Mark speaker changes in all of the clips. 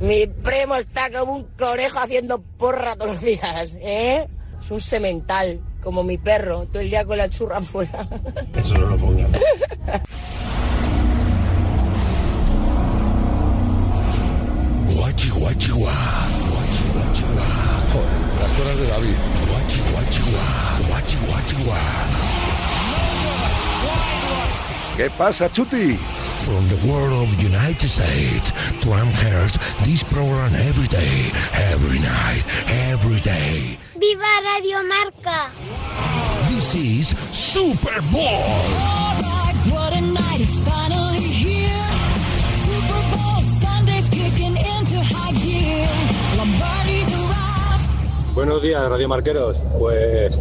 Speaker 1: Mi primo está como un conejo haciendo porra todos los días, ¿eh? Es un semental, como mi perro, todo el día con la churra afuera.
Speaker 2: Eso no lo pongas.
Speaker 3: Guachi, guachi, guá. Guachi, guachi, guá. Joder, las cosas de David. Guachi, guachi, guá. Guachi, guachi, guá.
Speaker 4: ¿Qué pasa, Chuti?
Speaker 3: From the world of United States to Amherst, this program every day, every night, every day.
Speaker 5: ¡Viva Radio Marca!
Speaker 3: This is Super Bowl.
Speaker 6: Alright, what a night is finally here. Super Bowl Sunday's kicking into high gear. Lombardi's arrived.
Speaker 7: Buenos días, Radio Marqueros. Pues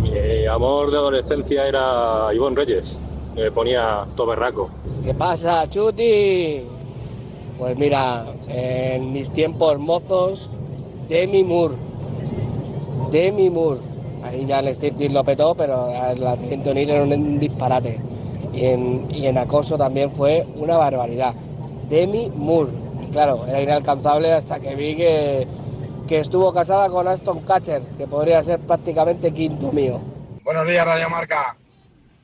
Speaker 7: mi amor de adolescencia era Ivonne Reyes. que Me ponía todo berraco.
Speaker 1: ¿Qué pasa, Chuti? Pues mira, en mis tiempos mozos, Demi Moore. Demi Moore. Ahí ya el Steve lo petó, pero la Clinton era un, un disparate. Y en, y en acoso también fue una barbaridad. Demi Moore. Y claro, era inalcanzable hasta que vi que, que estuvo casada con Aston Catcher, que podría ser prácticamente quinto mío.
Speaker 8: Buenos días, Radio Marca.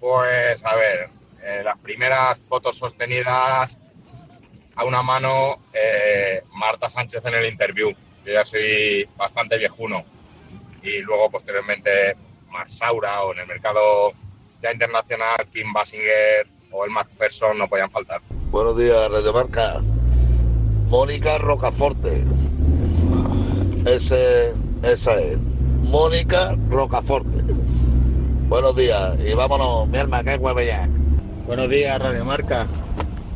Speaker 8: Pues a ver, eh, las primeras fotos sostenidas a una mano, eh, Marta Sánchez en el interview. Yo ya soy bastante viejuno. Y luego, posteriormente, Marsaura o en el mercado ya internacional, Kim Basinger o el McPherson no podían faltar.
Speaker 9: Buenos días, Radio Marca. Mónica Rocaforte. Ese, esa es. Mónica Rocaforte. Buenos días y vámonos, mi alma, que hueve ya.
Speaker 10: Buenos días, Radio Marca.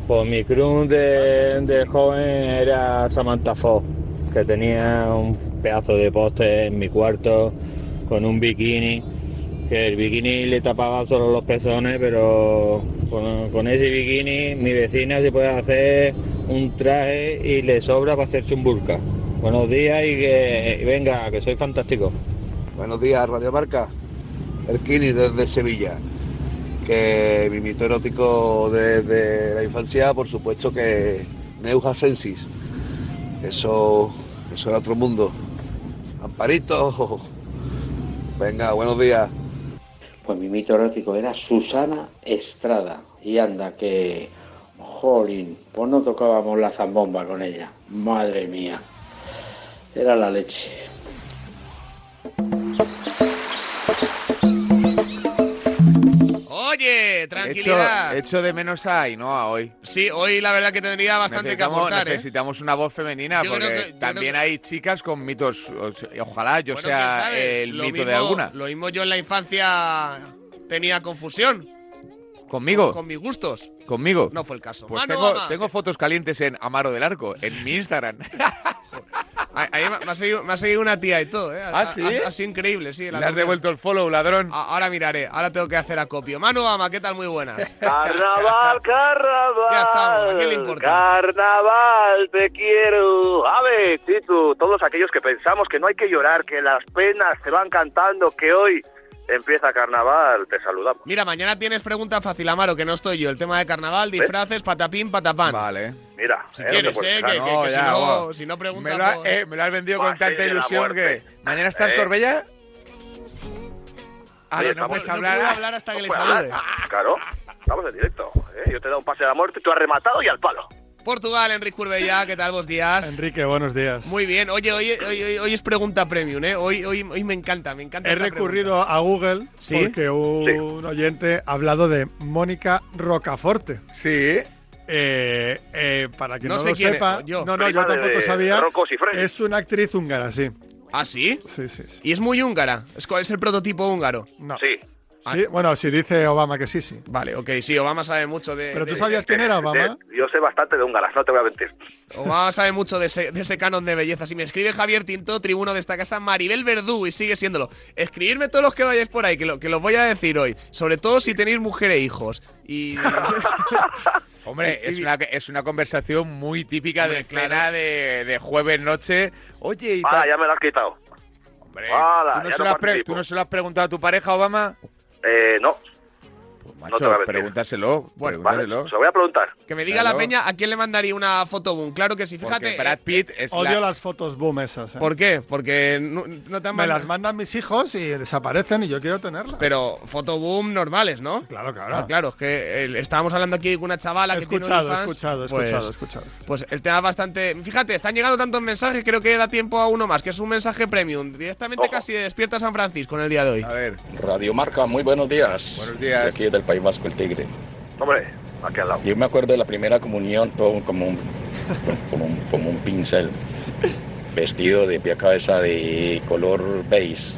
Speaker 10: Pues mi cruz de, de joven era Samantha Fox, que tenía un pedazo de poste en mi cuarto con un bikini, que el bikini le tapaba solo los pezones, pero con, con ese bikini mi vecina se puede hacer un traje y le sobra para hacerse un burka. Buenos días y que y venga, que soy fantástico.
Speaker 9: Buenos días, Radio Marca. El Kili desde Sevilla. Que mi mito erótico desde la infancia, por supuesto que Neuja Sensis. Eso, eso era otro mundo. Amparito. Venga, buenos días.
Speaker 11: Pues mi mito erótico era Susana Estrada. Y anda, que. Jolín, pues no tocábamos la zambomba con ella. Madre mía. Era la leche.
Speaker 12: Oye,
Speaker 13: Hecho,
Speaker 12: tranquilidad.
Speaker 13: hecho de menos a Ainhoa hoy.
Speaker 12: Sí, hoy la verdad que tendría bastante que
Speaker 13: necesitamos,
Speaker 12: aportar, ¿eh?
Speaker 13: necesitamos una voz femenina
Speaker 12: Yo creo que- yo
Speaker 13: porque
Speaker 12: creo
Speaker 13: también
Speaker 12: que-
Speaker 13: hay chicas con mitos. o sea, Ojalá yo
Speaker 12: Bueno,
Speaker 13: sea
Speaker 12: ¿quién sabe?
Speaker 13: el
Speaker 12: Lo
Speaker 13: mito de
Speaker 12: mismo-
Speaker 13: alguna.
Speaker 12: Lo mismo yo en la infancia tenía confusión.
Speaker 13: ¿Conmigo?
Speaker 12: Con mis gustos.
Speaker 13: ¿Conmigo?
Speaker 12: No fue el caso.
Speaker 13: Pues
Speaker 12: Manu,
Speaker 13: tengo,
Speaker 12: ama.
Speaker 13: tengo fotos calientes en Amaro del Arco, en mi Instagram.
Speaker 12: A- Ahí me ha, seguido, me ha seguido una tía y todo, ¿eh?
Speaker 13: ¿Ah, sí?
Speaker 12: Ha, ha sido increíble, sí.
Speaker 13: Le has devuelto el follow, ladrón.
Speaker 12: ahora miraré, ahora tengo que hacer acopio. Manu Ama, ¿qué tal? Muy buenas.
Speaker 14: Carnaval, carnaval.
Speaker 12: Ya estamos, ¿a quién le importa?
Speaker 14: Carnaval, te quiero. Ave, Titu, todos aquellos que pensamos que no hay que llorar, que las penas te van cantando, que hoy empieza carnaval, te saludamos.
Speaker 12: Mira, mañana tienes pregunta fácil, Amaro, que no estoy yo. El tema de carnaval,
Speaker 13: Pues,
Speaker 12: disfraces, patapín, patapán.
Speaker 13: Vale.
Speaker 14: Mira,
Speaker 12: Si
Speaker 13: eh, no te
Speaker 12: quieres,
Speaker 13: puedes
Speaker 12: ¿eh?
Speaker 13: dejar.
Speaker 12: Que, que-
Speaker 13: No,
Speaker 12: que si
Speaker 13: ya,
Speaker 12: no-
Speaker 13: guau.
Speaker 12: si no preguntas.
Speaker 13: ah, Me lo, ha-
Speaker 12: pues-
Speaker 13: eh, me lo has vendido con tanta
Speaker 12: de la
Speaker 13: ilusión que.
Speaker 12: muerte.
Speaker 13: ¿Mañana estás
Speaker 12: Eh.
Speaker 13: Corbella? Ah,
Speaker 14: Oye,
Speaker 13: que no
Speaker 14: estamos-
Speaker 13: puedes
Speaker 14: no
Speaker 13: hablar.
Speaker 14: puedo hablar
Speaker 12: hasta
Speaker 14: No puede hablar. Ah, Claro, estamos en directo. ¿eh? Yo te he dado un pase a la muerte, tú has rematado y al palo.
Speaker 12: Portugal, Enrique Curbella, ¿qué tal? Buenos días.
Speaker 15: Enrique, buenos días.
Speaker 12: Muy bien. Oye, hoy, hoy, hoy, hoy es pregunta premium, ¿eh? Hoy, hoy, hoy me encanta, me encanta.
Speaker 15: He
Speaker 12: esta
Speaker 15: recurrido a Google
Speaker 12: ¿Sí?
Speaker 15: porque un oyente ha hablado de Mónica Rocaforte. Eh,
Speaker 13: Sí.
Speaker 15: para que
Speaker 12: No
Speaker 15: no,
Speaker 12: sé
Speaker 15: lo
Speaker 12: quién es,
Speaker 15: sepa,
Speaker 12: yo.
Speaker 15: no, no, yo
Speaker 12: Prima
Speaker 15: tampoco
Speaker 12: de
Speaker 15: sabía.
Speaker 12: Rocco Siffredi.
Speaker 15: Es una actriz húngara, sí.
Speaker 12: pregunta. ¿Ah, sí?
Speaker 15: Sí, sí, sí.
Speaker 12: Y es muy húngara. Es, co- es el prototipo húngaro.
Speaker 15: No.
Speaker 14: Sí.
Speaker 13: Ah.
Speaker 15: Sí, Bueno, si dice Obama que sí, sí.
Speaker 12: Vale, ok, sí, Obama sabe mucho de.
Speaker 15: Pero tú
Speaker 12: de-
Speaker 15: sabías quién era Obama.
Speaker 14: Yo sé bastante de húngaras, no te voy a mentir.
Speaker 12: Obama sabe mucho de ese, de ese canon de belleza. Si me escribe Javier Tinto, tribuno de esta casa, Maribel Verdú, y sigue siéndolo. Escribirme todos los que vayáis por ahí, que, lo, que los voy a decir hoy. Sobre todo si tenéis mujer e hijos. Y.
Speaker 13: Hombre, es una, Ah, es una conversación muy típica de
Speaker 12: Hombre, claro.
Speaker 13: cena de, de jueves noche. Oye, y
Speaker 14: Ah,
Speaker 13: tal-
Speaker 14: ya me lo has quitado.
Speaker 13: Hombre,
Speaker 14: Ala,
Speaker 13: ¿tú, no
Speaker 14: ya
Speaker 13: se
Speaker 14: no
Speaker 1: pues.
Speaker 13: lo has pre-
Speaker 14: participo.
Speaker 13: tú no se lo has preguntado a tu pareja, Obama?
Speaker 14: Eh, no.
Speaker 9: macho,
Speaker 14: te va a mentir.
Speaker 9: pregúntaselo.
Speaker 14: Bueno, vale,
Speaker 9: pregúntaselo.
Speaker 14: se lo voy a preguntar.
Speaker 12: Que me diga la peña a quién le mandaría una fotoboom. Claro que sí, fíjate. eh,
Speaker 9: Brad Pitt es
Speaker 1: Odio las fotos boom esas. ¿eh?
Speaker 12: ¿Por qué? Porque no, no te han
Speaker 1: Me
Speaker 12: mandado-
Speaker 1: las mandan mis hijos y desaparecen y yo quiero tenerlas.
Speaker 12: Pero fotoboom normales, ¿no?
Speaker 1: Claro, claro.
Speaker 12: Ah, claro, es que eh, estábamos hablando aquí con una chavala
Speaker 1: He
Speaker 12: que tiene
Speaker 1: escuchado,
Speaker 12: OnlyFans.
Speaker 1: he escuchado, he
Speaker 12: Pues-
Speaker 1: escuchado, he escuchado.
Speaker 12: Pues el tema es bastante. Fíjate, están llegando tantos mensajes, creo que da tiempo a uno más, que es un mensaje premium. Directamente casi de despierta San Francisco en el día de hoy.
Speaker 9: A ver.
Speaker 6: Radio Marca, muy buenos días. Buenos días. De aquí del País Vasco, el Tigre.
Speaker 14: Hombre, aquí al lado.
Speaker 6: Yo me acuerdo de la primera comunión, todo como un, como un, como un pincel, vestido de pie a cabeza de color beige,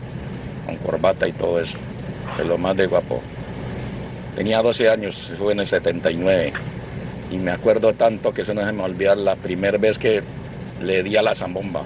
Speaker 6: con corbata y todo eso, de lo más de guapo. Tenía 12 años, eso fue en el 79, y me acuerdo tanto que eso no se me va a olvidar la primera vez que le di a la zambomba.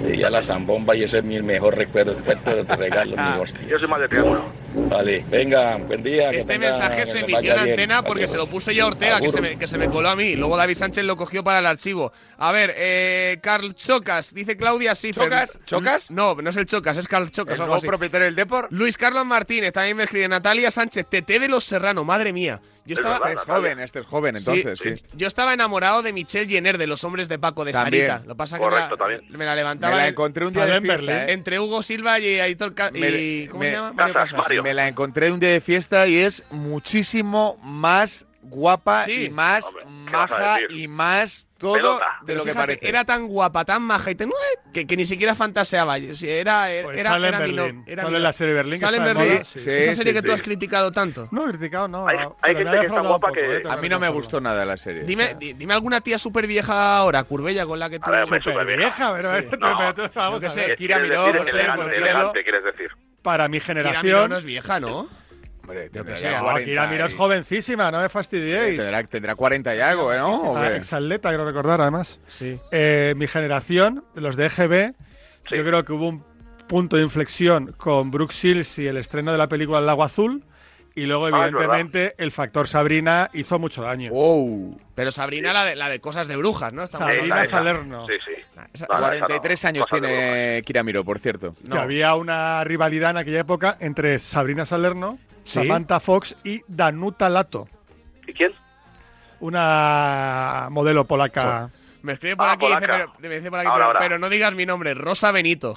Speaker 6: le di a la zambomba y ese es mi mejor recuerdo, después te lo regalo, mi hostia.
Speaker 14: Ah, Yo soy más de triángulo.
Speaker 6: Vale, venga, buen día. que
Speaker 12: Este
Speaker 6: tenga-
Speaker 12: mensaje se
Speaker 6: que le
Speaker 12: emitió en
Speaker 6: vaya bien.
Speaker 12: antena porque se lo
Speaker 6: Adiós.
Speaker 12: puse yo a Ortega, que
Speaker 6: Aburro.
Speaker 12: se, me, que se me coló a mí. Luego David Sánchez lo cogió para el archivo. A ver, eh, Carl Chocas, dice Claudia Schiffer.
Speaker 9: ¿Chocas? ¿Chocas?
Speaker 12: No, no es el Chocas, es Carl Chocas.
Speaker 9: ¿El
Speaker 12: algo
Speaker 9: nuevo
Speaker 12: así.
Speaker 9: propietario del Depor?
Speaker 12: Luis Carlos Martínez también me escribe. Natalia Sánchez, TT de los Serrano, madre mía. Yo estaba,
Speaker 9: Este es joven, este es joven, entonces, sí.
Speaker 12: Yo estaba enamorado de Michelle Jenner, de los hombres de Paco de
Speaker 9: También.
Speaker 12: Sarita. Lo pasa que
Speaker 9: Correcto,
Speaker 12: me, la,
Speaker 9: también.
Speaker 12: me la levantaba.
Speaker 9: Me la
Speaker 12: en-
Speaker 9: encontré un día Sale de en fiesta, Berlín. ¿eh?
Speaker 12: Entre Hugo Silva y Aitor. Ca- y- ¿Cómo
Speaker 9: me-
Speaker 12: se llama? Mario Casas.
Speaker 9: Me la encontré un día de fiesta y es muchísimo más guapa
Speaker 12: Sí.
Speaker 9: y más
Speaker 12: vas a
Speaker 9: maja
Speaker 12: decir?
Speaker 9: y más todo de
Speaker 12: Pero
Speaker 9: lo que
Speaker 12: fíjate,
Speaker 9: parece.
Speaker 12: Era tan guapa, tan maja y tan- que, que ni siquiera fantaseaba. Si Era, era,
Speaker 1: Pues
Speaker 12: era,
Speaker 1: sale en
Speaker 12: era mi no-
Speaker 1: Berlín.
Speaker 12: era
Speaker 1: Sale
Speaker 12: mi no-
Speaker 1: la serie Berlín, que
Speaker 12: Sale en
Speaker 1: está de
Speaker 12: Berlín.
Speaker 1: moda. Sí,
Speaker 12: Esa
Speaker 9: sí,
Speaker 12: serie que
Speaker 9: sí,
Speaker 12: tú
Speaker 9: sí.
Speaker 12: has criticado tanto.
Speaker 1: No he criticado, no.
Speaker 12: Hay-
Speaker 1: pero
Speaker 12: hay
Speaker 1: me
Speaker 12: gente
Speaker 1: ha
Speaker 12: que está
Speaker 1: defraudado un
Speaker 12: guapa
Speaker 1: poco,
Speaker 12: que-
Speaker 1: ¿eh?
Speaker 9: A mí no me gustó nada la serie.
Speaker 12: Dime,
Speaker 9: esa.
Speaker 12: di- dime alguna tía súper vieja ahora, Curbella, con la que tú.
Speaker 9: hombre, supervieja.
Speaker 1: Hija, pero esto- pero tú- vamos
Speaker 12: yo qué
Speaker 1: a
Speaker 12: sé, pues
Speaker 1: ver.
Speaker 12: Kira Miró, por ejemplo, Kira Miró.
Speaker 14: quieres decir.
Speaker 1: Para mi
Speaker 12: Kira Miró
Speaker 1: generación.
Speaker 12: no es vieja, ¿no?
Speaker 9: Hombre,
Speaker 12: yo que
Speaker 9: tendrá
Speaker 12: sé.
Speaker 9: ya
Speaker 1: No,
Speaker 9: 40
Speaker 1: Ah, Kira Miró es
Speaker 9: y-
Speaker 1: jovencísima, no me fastidiéis.
Speaker 9: Tendrá, tendrá 40 y algo, ¿eh, ¿no? ¿O
Speaker 1: Ah,
Speaker 9: qué?
Speaker 1: exatleta, creo recordar, además. Eh,
Speaker 12: Sí.
Speaker 1: mi generación, los de EGB, yo creo que hubo un punto de inflexión con Brooke Shields y el estreno de la película El Lago Azul. Y luego,
Speaker 12: Ah, es verdad.
Speaker 1: evidentemente, el factor Sabrina hizo mucho daño.
Speaker 14: Oh.
Speaker 12: Pero Sabrina, la de, la de cosas de brujas, ¿no? Estamos
Speaker 1: Sabrina
Speaker 12: hablando de-
Speaker 1: Salerno.
Speaker 14: Sí, sí.
Speaker 12: esa-
Speaker 1: Vale, esa no.
Speaker 9: 43 años tiene Kiramiro, por cierto.
Speaker 1: Que había una rivalidad en aquella época entre Sabrina Salerno,
Speaker 9: Sí.
Speaker 1: Samantha Fox y Danuta Lato.
Speaker 14: ¿Y quién?
Speaker 1: Una modelo polaca.
Speaker 12: Me escribe por
Speaker 14: Ah,
Speaker 12: aquí, dice,
Speaker 14: polaca.
Speaker 12: pero, me dice por aquí
Speaker 14: Ahora,
Speaker 12: pero,
Speaker 14: ahora.
Speaker 12: pero no digas mi nombre, Rosa Benito.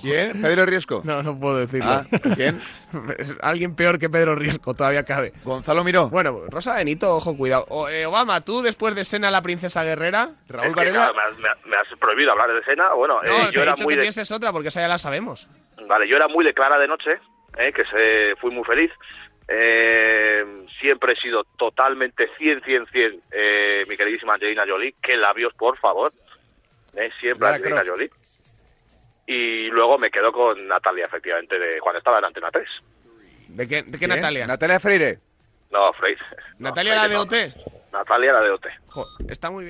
Speaker 9: ¿Quién? ¿Pedro Riesco?
Speaker 12: No, no puedo decirlo.
Speaker 9: Ah, ¿quién?
Speaker 12: Es Alguien peor que Pedro Riesco, todavía cabe.
Speaker 9: Gonzalo Miró.
Speaker 12: Bueno, Rosa Benito, ojo, cuidado. O, eh, Obama, tú después de escena la princesa guerrera.
Speaker 14: Es que, claro, me, has, me has- me has prohibido hablar de escena. Bueno, eh,
Speaker 12: No, te
Speaker 14: yo
Speaker 12: he
Speaker 14: era
Speaker 12: dicho
Speaker 14: muy
Speaker 12: que
Speaker 14: de
Speaker 12: pienses otra porque esa ya la sabemos.
Speaker 14: Vale, yo era muy de Clara de noche, eh, que se, fui muy feliz. Eh, siempre he sido totalmente 100, 100, 100 eh, mi queridísima Angelina Jolie. Que labios, por favor. Eh, siempre
Speaker 9: Lara
Speaker 14: Angelina
Speaker 9: Croft.
Speaker 14: Jolie. Y luego me quedo con Natalia, efectivamente, de cuando estaba en Antena 3.
Speaker 12: ¿De qué, de qué
Speaker 1: ¿eh?
Speaker 14: ¿Quién?
Speaker 12: Natalia?
Speaker 9: Natalia Freire.
Speaker 14: No, Freire.
Speaker 12: ¿Natalia la de OT?
Speaker 14: Natalia, la de OT.
Speaker 12: Jo, está muy bien.